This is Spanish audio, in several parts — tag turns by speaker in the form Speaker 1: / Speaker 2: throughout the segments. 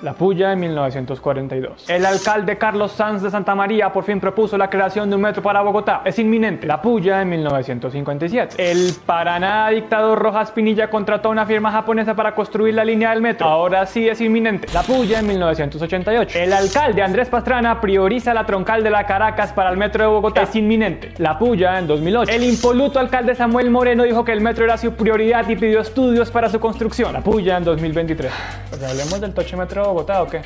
Speaker 1: La Puya en 1942. El alcalde Carlos Sanz de Santa María por fin propuso la creación de un metro para Bogotá. Es inminente. La Puya en 1957. El Paraná dictador Rojas Pinilla contrató una firma japonesa para construir la línea del metro. Ahora sí es inminente. La Puya en 1988. El alcalde Andrés Pastrana prioriza la troncal de la Caracas para el metro de Bogotá. Es inminente. La Puya en 2008. El impoluto alcalde Samuel Moreno dijo que el metro era su prioridad y pidió estudios para su construcción. La Puya en 2023. Porque Pues hablemos del Toche Metro de Bogotá o qué?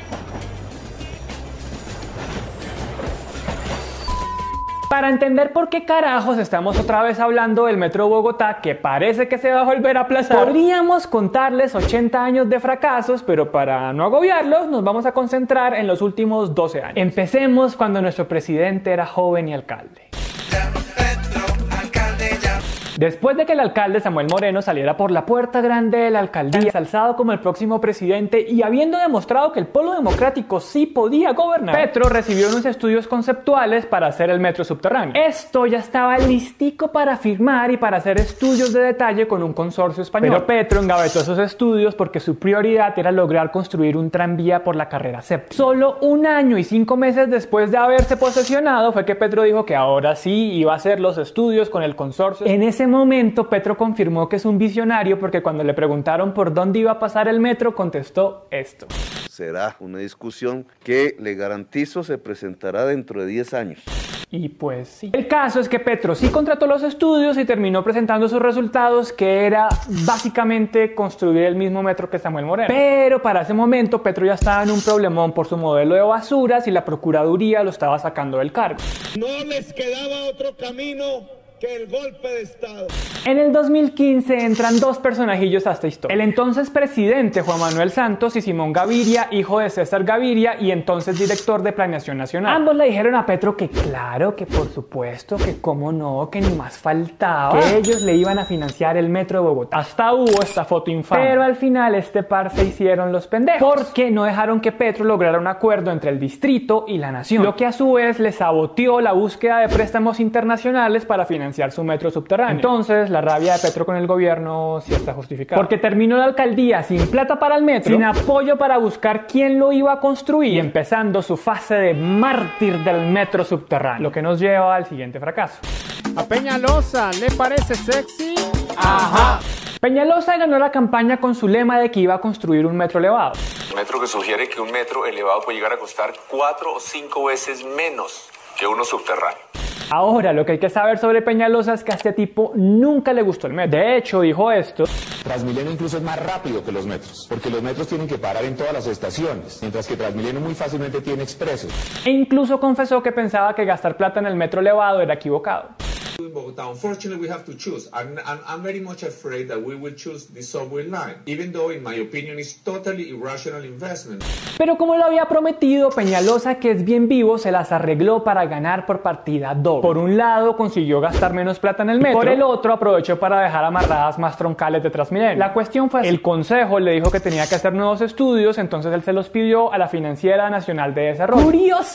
Speaker 1: Para entender por qué carajos estamos otra vez hablando del Metro Bogotá, que parece que se va a volver a aplazar, podríamos contarles 80 años de fracasos, pero para no agobiarlos, nos vamos a concentrar en los últimos 12 años. Empecemos cuando nuestro presidente era joven y alcalde. Después de que el alcalde Samuel Moreno saliera por la puerta grande de la alcaldía, alzado como el próximo presidente y habiendo demostrado que el pueblo democrático sí podía gobernar, Petro recibió unos estudios conceptuales para hacer el metro subterráneo. Esto ya estaba listico para firmar y para hacer estudios de detalle con un consorcio español. Pero Petro engavetó esos estudios porque su prioridad era lograr construir un tranvía por la carrera séptima. Solo un año y cinco meses después de haberse posesionado fue que Petro dijo que ahora sí iba a hacer los estudios con el consorcio. En ese momento Petro confirmó que es un visionario porque cuando le preguntaron por dónde iba a pasar el metro contestó esto.
Speaker 2: Será una discusión que le garantizo se presentará dentro de 10 años.
Speaker 1: Y pues sí. El caso es que Petro sí contrató los estudios y terminó presentando sus resultados, que era básicamente construir el mismo metro que Samuel Moreno. Pero para ese momento Petro ya estaba en un problemón por su modelo de basuras y la Procuraduría lo estaba sacando del cargo.
Speaker 3: No les quedaba otro camino que el golpe de Estado.
Speaker 1: En el 2015 entran dos personajillos a esta historia. El entonces presidente Juan Manuel Santos y Simón Gaviria, hijo de César Gaviria y entonces director de Planeación Nacional. Ambos le dijeron a Petro que claro, que por supuesto, que cómo no, que ni más faltaba, que ellos le iban a financiar el metro de Bogotá. Hasta hubo esta foto infame. Pero al final este par se hicieron los pendejos porque no dejaron que Petro lograra un acuerdo entre el distrito y la nación, lo que a su vez le saboteó la búsqueda de préstamos internacionales para financiar su metro subterráneo. Entonces, la rabia de Petro con el gobierno sí está justificada. Porque terminó la alcaldía sin plata para el metro, sin apoyo para buscar quién lo iba a construir, y empezando su fase de mártir del metro subterráneo, lo que nos lleva al siguiente fracaso.
Speaker 4: ¿A Peñalosa le parece sexy?
Speaker 1: Ajá. Peñalosa ganó la campaña con su lema de que iba a construir un metro elevado.
Speaker 5: Metro que sugiere que un metro elevado puede llegar a costar cuatro o cinco veces menos que uno subterráneo.
Speaker 1: Ahora, lo que hay que saber sobre Peñalosa es que a este tipo nunca le gustó el metro. De hecho, dijo esto.
Speaker 6: Transmilenio incluso es más rápido que los metros, porque los metros tienen que parar en todas las estaciones, mientras que Transmilenio muy fácilmente tiene expresos.
Speaker 1: E incluso confesó que pensaba que gastar plata en el metro elevado era equivocado.
Speaker 7: In Bogotá, unfortunately, we have to choose. I'm, I'm, I'm very much afraid that we will choose the subway line, even though, in my opinion, it's totally irrational investment.
Speaker 1: Pero como lo había prometido, Peñalosa, que es bien vivo, se las arregló para ganar por partida doble. Por un lado, consiguió gastar menos plata en el metro. Por el otro, aprovechó para dejar amarradas más troncales de Transmilenio. La cuestión fue, así. el consejo le dijo que tenía que hacer nuevos estudios, entonces él se los pidió a la Financiera Nacional de Desarrollo.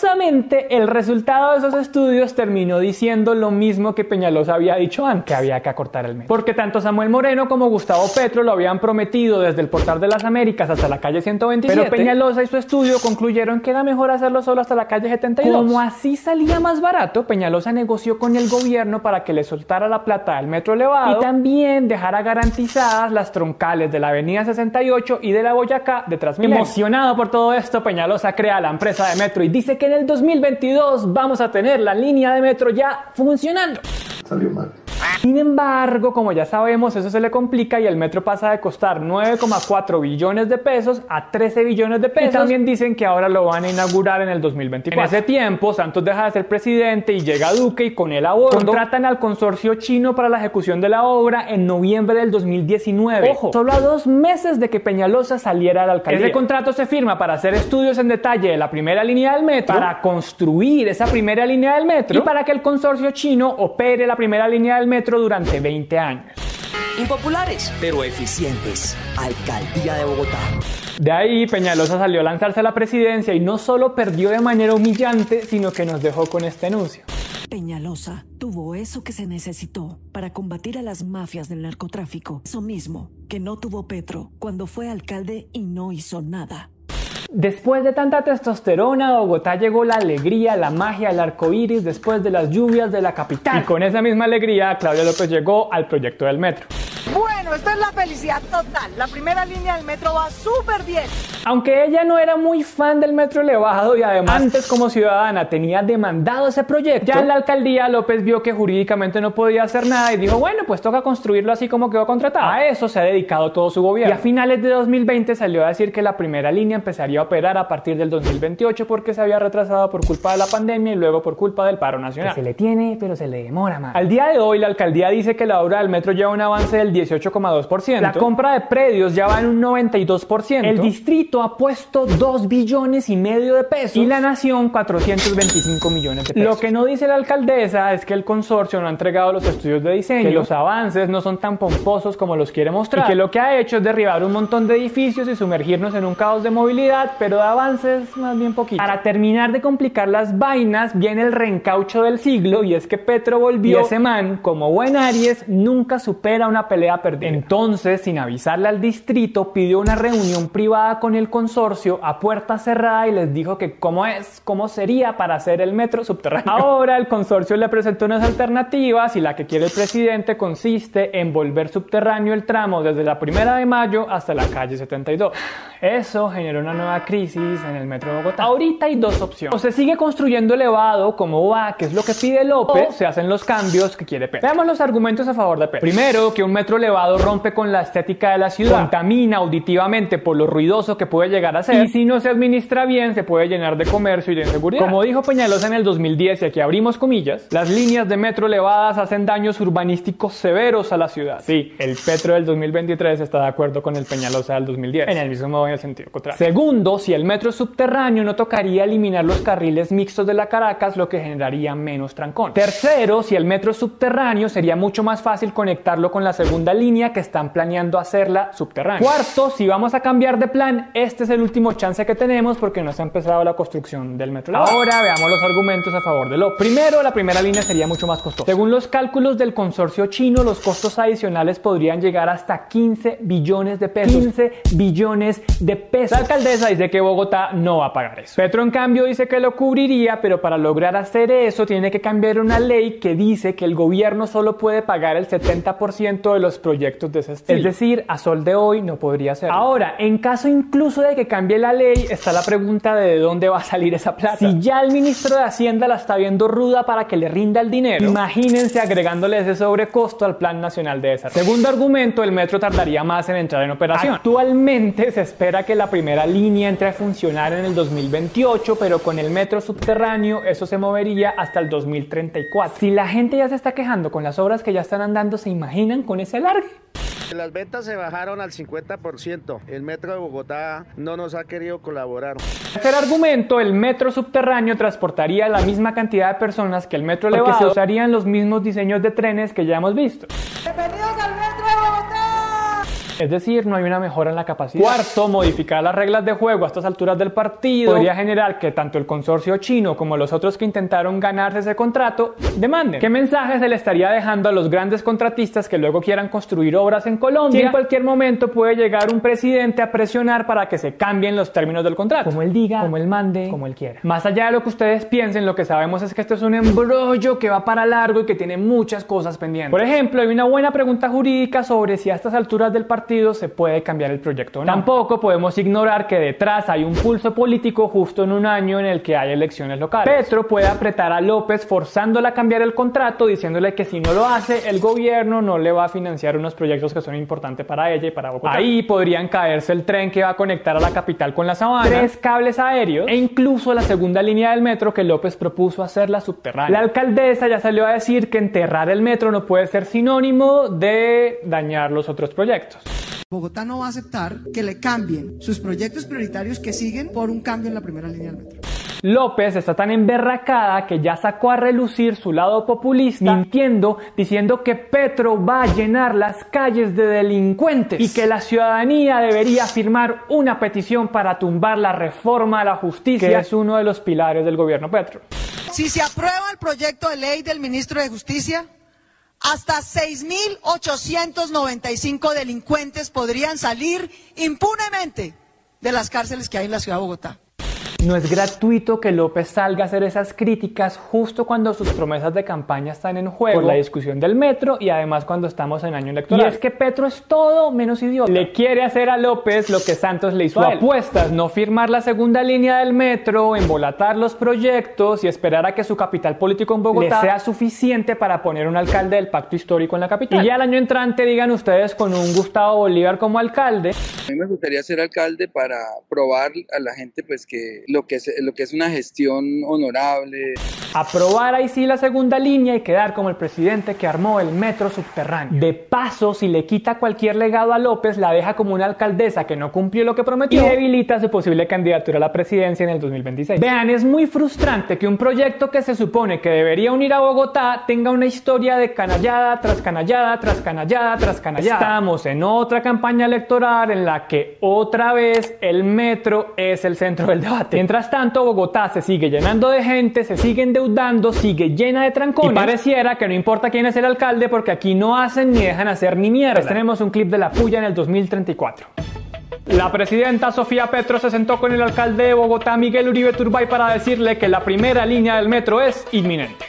Speaker 1: Curiosamente, el resultado de esos estudios terminó diciendo lo mismo que Peñalosa había dicho antes que había que acortar el metro. Porque tanto Samuel Moreno como Gustavo Petro lo habían prometido desde el portal de las Américas hasta la calle 127. Pero Peñalosa y su estudio concluyeron que era mejor hacerlo solo hasta la calle 72. Como así salía más barato, Peñalosa negoció con el gobierno para que le soltara la plata del metro elevado y también dejara garantizadas las troncales de la avenida 68 y de la Boyacá de Transmilenio. Emocionado por todo esto, Peñalosa crea la empresa de metro y dice que en el 2022 vamos a tener la línea de metro ya funcionando
Speaker 8: salió mal.
Speaker 1: Sin embargo, como ya sabemos, eso se le complica y el metro pasa de costar 9,4 billones de pesos a 13 billones de pesos. Y también dicen que ahora lo van a inaugurar en el 2024. En ese tiempo, Santos deja de ser presidente y llega Duque y con él a bordo. Contratan al consorcio chino para la ejecución de la obra en noviembre del 2019. Ojo, solo a dos meses de que Peñalosa saliera de la alcaldía. Ese contrato se firma para hacer estudios en detalle de la primera línea del metro, para construir esa primera línea del metro y para que el consorcio chino opere la primera línea del metro durante 20 años.
Speaker 9: Impopulares, pero eficientes. Alcaldía de Bogotá.
Speaker 1: De ahí, Peñalosa salió a lanzarse a la presidencia y no solo perdió de manera humillante, sino que nos dejó con este anuncio.
Speaker 10: Peñalosa tuvo eso que se necesitó para combatir a las mafias del narcotráfico. Eso mismo que no tuvo Petro cuando fue alcalde y no hizo nada.
Speaker 1: Después de tanta testosterona, a Bogotá llegó la alegría, la magia, el arco iris después de las lluvias de la capital. Y con esa misma alegría, Claudia López llegó al proyecto del metro.
Speaker 8: Bueno, esto es la felicidad total. La primera línea del metro va súper bien.
Speaker 1: Aunque ella no era muy fan del metro elevado y además antes como ciudadana tenía demandado ese proyecto, ya en la alcaldía López vio que jurídicamente no podía hacer nada y dijo, bueno, pues toca construirlo así como quedó contratado. A eso se ha dedicado todo su gobierno. Y a finales de 2020 salió a decir que la primera línea empezaría a operar a partir del 2028 porque se había retrasado por culpa de la pandemia y luego por culpa del paro nacional. se le tiene, pero se le demora más. Al día de hoy la alcaldía dice que la obra del metro lleva un avance del 18,2%. La compra de predios ya va en un 92%. El distrito ha puesto 2 billones y medio de pesos. Y la nación 425 millones de pesos. Lo que no dice la alcaldesa es que el consorcio no ha entregado los estudios de diseño, que los avances no son tan pomposos como los quiere mostrar, y que lo que ha hecho es derribar un montón de edificios y sumergirnos en un caos de movilidad, pero de avances más bien poquito. Para terminar de complicar las vainas, viene el reencaucho del siglo y es que Petro volvió. Y ese man, como buen Aries, nunca supera una pelea perdida. Entonces, sin avisarle al distrito, pidió una reunión privada con el consorcio a puerta cerrada y les dijo que cómo es, pues, cómo sería para hacer el metro subterráneo. Ahora el consorcio le presentó unas alternativas y la que quiere el presidente consiste en volver subterráneo el tramo desde la primera de mayo hasta la calle 72. Eso generó una nueva crisis en el metro de Bogotá. Ahorita hay dos opciones. O se sigue construyendo elevado como va, que es lo que pide López, o se hacen los cambios que quiere Petro. Veamos los argumentos a favor de Petro. Primero, que un metro elevado rompe con la estética de la ciudad, contamina auditivamente por lo ruidoso que puede llegar a ser y si no se administra bien se puede llenar de comercio y de inseguridad. Como dijo Peñalosa en el 2010 y aquí abrimos comillas, las líneas de metro elevadas hacen daños urbanísticos severos a la ciudad. Sí, el Petro del 2023 está de acuerdo con el Peñalosa del 2010, en el mismo modo en el sentido contrario. Segundo, si el metro es subterráneo no tocaría eliminar los carriles mixtos de la Caracas, lo que generaría menos trancón. Tercero, si el metro es subterráneo sería mucho más fácil conectarlo con la segunda línea que están planeando hacerla subterránea. Cuarto, si vamos a cambiar de plan, este es el último chance que tenemos porque no se ha empezado la construcción del metro. Ahora veamos los argumentos a favor de lo. Primero, la primera línea sería mucho más costosa. Según los cálculos del consorcio chino, los costos adicionales podrían llegar hasta 15 billones de pesos. 15 billones de pesos. La alcaldesa dice que Bogotá no va a pagar eso. Petro, en cambio, dice que lo cubriría, pero para lograr hacer eso tiene que cambiar una ley que dice que el gobierno solo puede pagar el 70% de los proyectos de ese estilo. Es decir, a sol de hoy no podría ser. Ahora, en caso incluso de que cambie la ley, está la pregunta de, de dónde va a salir esa plata. Si ya el ministro de Hacienda la está viendo ruda para que le rinda el dinero, imagínense agregándole ese sobrecosto al Plan Nacional de Desarrollo. Segundo argumento, el metro tardaría más en entrar en operación. Actualmente se espera que la primera línea entre a funcionar en el 2028, pero con el metro subterráneo eso se movería hasta el 2034. Si la gente ya se está quejando con las obras que ya están andando, ¿se imaginan con ese largue?
Speaker 11: Las ventas se bajaron al 50%. El Metro de Bogotá no nos ha querido colaborar.
Speaker 1: Tercer argumento, el metro subterráneo transportaría la misma cantidad de personas que el metro elevado, porque se usarían los mismos diseños de trenes que ya hemos visto.
Speaker 8: Bienvenidos al metro de Bogotá.
Speaker 1: Es decir, no hay una mejora en la capacidad. Cuarto, modificar las reglas de juego a estas alturas del partido podría generar que tanto el consorcio chino como los otros que intentaron ganarse ese contrato demanden. ¿Qué mensaje se le estaría dejando a los grandes contratistas que luego quieran construir obras en Colombia? Si en cualquier momento puede llegar un presidente a presionar para que se cambien los términos del contrato. Como él diga, como él mande, como él quiera. Más allá de lo que ustedes piensen, lo que sabemos es que esto es un embrollo que va para largo y que tiene muchas cosas pendientes. Por ejemplo, hay una buena pregunta jurídica sobre si a estas alturas del partido partido se puede cambiar el proyecto. o no. Tampoco podemos ignorar que detrás hay un pulso político justo en un año en el que hay elecciones locales. Petro puede apretar a López forzándola a cambiar el contrato, diciéndole que si no lo hace, el gobierno no le va a financiar unos proyectos que son importantes para ella y para Bogotá. Ahí podrían caerse el tren que va a conectar a la capital con la sabana, tres cables aéreos e incluso la segunda línea del metro que López propuso hacerla subterránea. La alcaldesa ya salió a decir que enterrar el metro no puede ser sinónimo de dañar los otros proyectos.
Speaker 12: Bogotá no va a aceptar que le cambien sus proyectos prioritarios que siguen por un cambio en la primera línea del metro.
Speaker 1: López está tan emberracada que ya sacó a relucir su lado populista, mintiendo, diciendo que Petro va a llenar las calles de delincuentes y que la ciudadanía debería firmar una petición para tumbar la reforma a la justicia, que es uno de los pilares del gobierno Petro.
Speaker 8: Si se aprueba el proyecto de ley del ministro de Justicia, hasta 6.895 delincuentes podrían salir impunemente de las cárceles que hay en la ciudad de Bogotá.
Speaker 1: No es gratuito que López salga a hacer esas críticas justo cuando sus promesas de campaña están en juego por la discusión del metro y además cuando estamos en año electoral. Y es que Petro es todo menos idiota. Le quiere hacer a López lo que Santos le hizo a él. Su apuesta es no firmar la segunda línea del metro, embolatar los proyectos y esperar a que su capital político en Bogotá le sea suficiente para poner un alcalde del pacto histórico en la capital. Y ya el año entrante digan ustedes con un Gustavo Bolívar como alcalde.
Speaker 13: A mí me gustaría ser alcalde para probar a la gente pues que lo que es, lo que es una gestión honorable.
Speaker 1: aprobar ahí sí la segunda línea y quedar como el presidente que armó el metro subterráneo. De paso, si le quita cualquier legado a López, la deja como una alcaldesa que no cumplió lo que prometió y debilita su posible candidatura a la presidencia en el 2026. Vean, es muy frustrante que un proyecto que se supone que debería unir a Bogotá tenga una historia de canallada tras canallada tras canallada tras canallada. Estamos en otra campaña electoral en la que otra vez el metro es el centro del debate. Mientras tanto, Bogotá se sigue llenando de gente, se sigue endeudando, sigue llena de trancones. Y pareciera que no importa quién es el alcalde porque aquí no hacen ni dejan hacer ni mierda. Pues tenemos un clip de la puya en el 2034. La presidenta Sofía Petro se sentó con el alcalde de Bogotá, Miguel Uribe Turbay, para decirle que la primera línea del metro es inminente.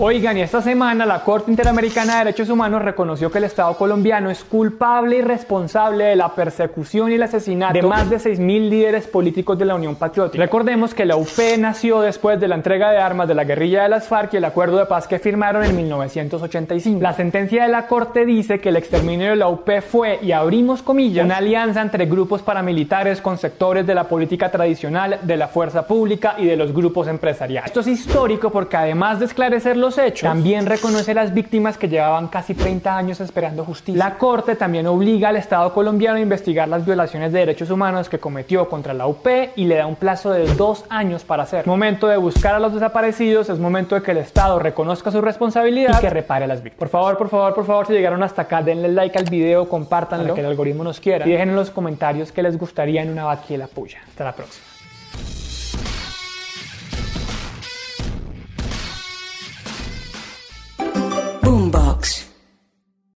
Speaker 1: Oigan, y esta semana la Corte Interamericana de Derechos Humanos reconoció que el Estado colombiano es culpable y responsable de la persecución y el asesinato de más de 6.000 líderes políticos de la Unión Patriótica. Recordemos que la UP nació después de la entrega de armas de la guerrilla de las FARC y el acuerdo de paz que firmaron en 1985. La sentencia de la Corte dice que el exterminio de la UP fue, y abrimos comillas, una alianza entre grupos paramilitares con sectores de la política tradicional, de la fuerza pública y de los grupos empresariales. Esto es histórico porque además de esclarecer los hechos, también reconoce las víctimas que llevaban casi 30 años esperando justicia. La Corte también obliga al Estado colombiano a investigar las violaciones de derechos humanos que cometió contra la UP y le da un plazo de dos años para hacerlo. Momento de buscar a los desaparecidos, es momento de que el Estado reconozca su responsabilidad y que repare a las víctimas. Por favor, por favor, por favor, si llegaron hasta acá, denle like al video, compártanlo, que el algoritmo nos quiera y dejen en los comentarios qué les gustaría en una vaquilla puya. Hasta la próxima.